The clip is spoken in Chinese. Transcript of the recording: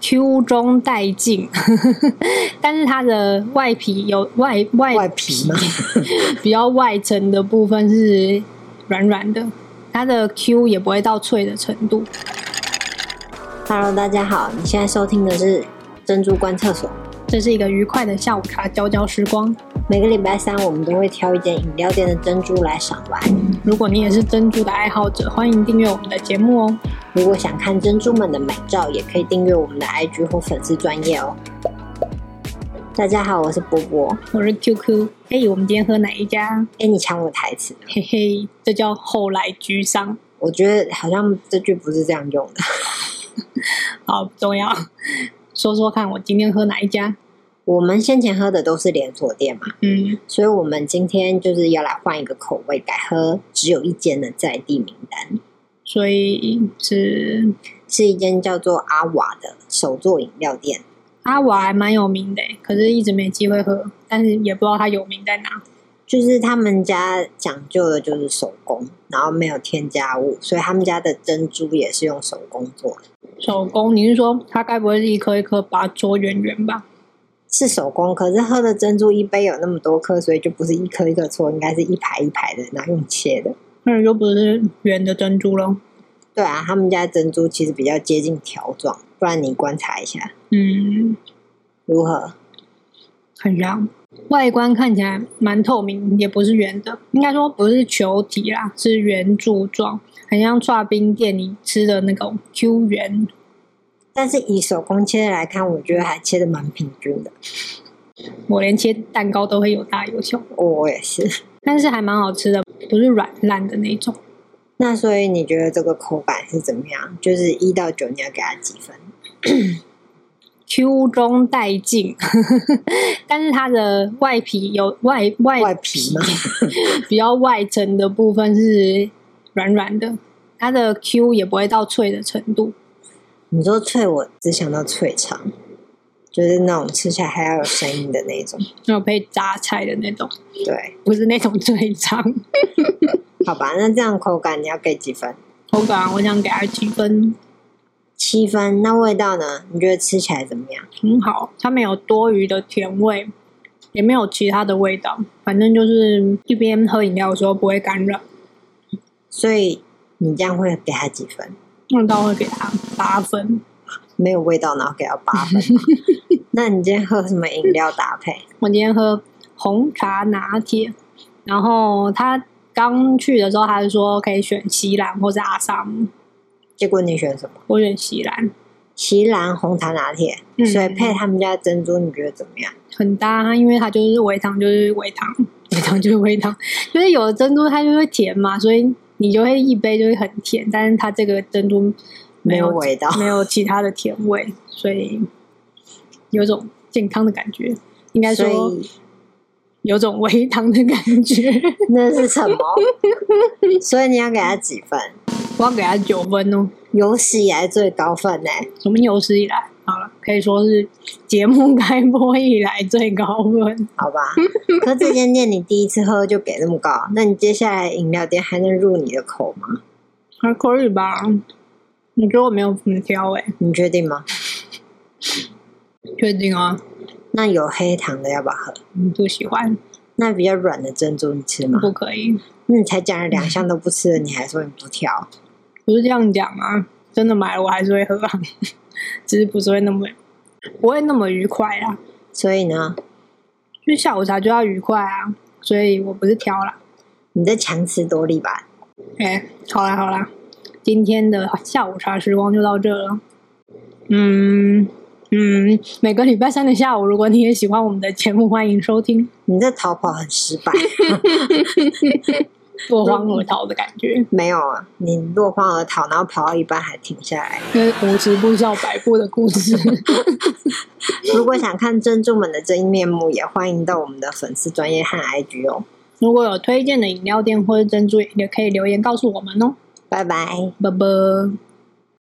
Q 中带劲， 但是它的外皮有外外外皮嘛， 比较外层的部分是软软的，它的 Q 也不会到脆的程度。 Hello，大家好，你现在收听的是珍珠观厕所。这是一个愉快的下午茶，交交时光。每个礼拜三，我们都会挑一间饮料店的珍珠来赏玩。如果你也是珍珠的爱好者，欢迎订阅我们的节目哦。如果想看珍珠们的美照，也可以订阅我们的 IG 或粉丝专业哦。大家好，我是波波。我是 QQ，哎、我们今天喝哪一家？哎，你抢我台词，嘿嘿，这叫后来居上。我觉得好像这句不是这样用的。好，不重要。说说看，我今天喝哪一家？我们先前喝的都是连锁店嘛，嗯，所以我们今天就是要来换一个口味，改喝只有一间的在地名单，所以是是一间叫做阿瓦的手作饮料店。阿瓦啊还蛮有名的，欸可是一直没机会喝，但是也不知道它有名在哪。就是他们家讲究的就是手工，然后没有添加物，所以他们家的珍珠也是用手工做的，手工，你是说它该不会是一颗一颗把它搓圆圆吧？是手工。可是喝的珍珠一杯有那么多颗，所以就不是一颗一颗搓，应该是一排一排的，然后用切的。那就不是圆的珍珠喽。对啊，他们家珍珠其实比较接近条状，不然你观察一下嗯，如何？很像，外观看起来蛮透明，也不是圆的，应该说不是球体啦，是圆柱状，很像刨冰店里吃的那种 Q 圆。但是以手工切的来看，我觉得还切的蛮平均的。我连切蛋糕都会有大有小，我也是。 但是还蛮好吃的，不是软烂的那种。那所以你觉得这个口感是怎么样？就是一到九，你要给它几分？ Q 中带劲， 但是它的外皮有外外外皮吗？ 比较外层的部分是软软的，它的 Q 也不会到脆的程度。你说脆，我只想到脆肠，就是那种吃起来还要有声音的那种。那种配榨菜的那种，对，不是那种脆肠。好吧，那这样口感你要给几分？口感 我想给它七分，七分。那味道呢？你觉得吃起来怎么样？很好，它没有多余的甜味，也没有其他的味道，反正就是一边喝饮料的时候不会干扰。所以你这样会给它几分？那到会给它八分，没有味道，然后给它八分吗？ 那你今天喝什么饮料搭配？我今天喝红茶拿铁，然后他刚去的时候，他是说可以选西兰或是阿萨姆，结果你选什么？我选西兰，席兰红茶拿铁，嗯所以配他们家的珍珠，你觉得怎么样？很搭，它因为它就是微糖，就是微糖，微糖就是微糖，就是有的珍珠它就会甜嘛，所以你就会一杯就会很甜，但是它这个珍珠没有有味道，没有其他的甜味，所以有种 健康的感 觉，应该所说以有种微糖的感觉。那是什么？ 所以你要给它几分？我要给它九分哦，有史以来最高分欸呢、我们有史以来好了，可以说是节目开播以来最高分。好吧？可这间店你第一次喝就给那么高，那你接下来饮料店还能入你的口吗？还可以吧？你觉得我没有很挑哎、你确定吗？确定啊？那有黑糖的要不要喝？嗯，不喜欢，那比较软的珍珠你吃吗？不可以，那你才讲了两项都不吃了，你还说你不挑？不是这样讲啊！真的买了我还是会喝啊， 只是不是会那么不会那么愉快啊。所以呢，就是下午茶就要愉快啊，所以我不是挑啦。你在强词夺理吧？哎、好啦好啦，今天的下午茶时光就到这了。嗯嗯，每个礼拜三的下午，如果你也喜欢我们的节目，欢迎收听。你这逃跑很失败。落荒而逃的感觉，没有啊，你落荒而逃，然后跑到一半还停下来。那五十步笑百步的故事。如果想看珍珠们的真面目，也欢迎到我们的粉丝专业和 IG 哦。如果有推荐的饮料店或者珍珠，也可以留言告诉我们哦。拜拜。拜拜。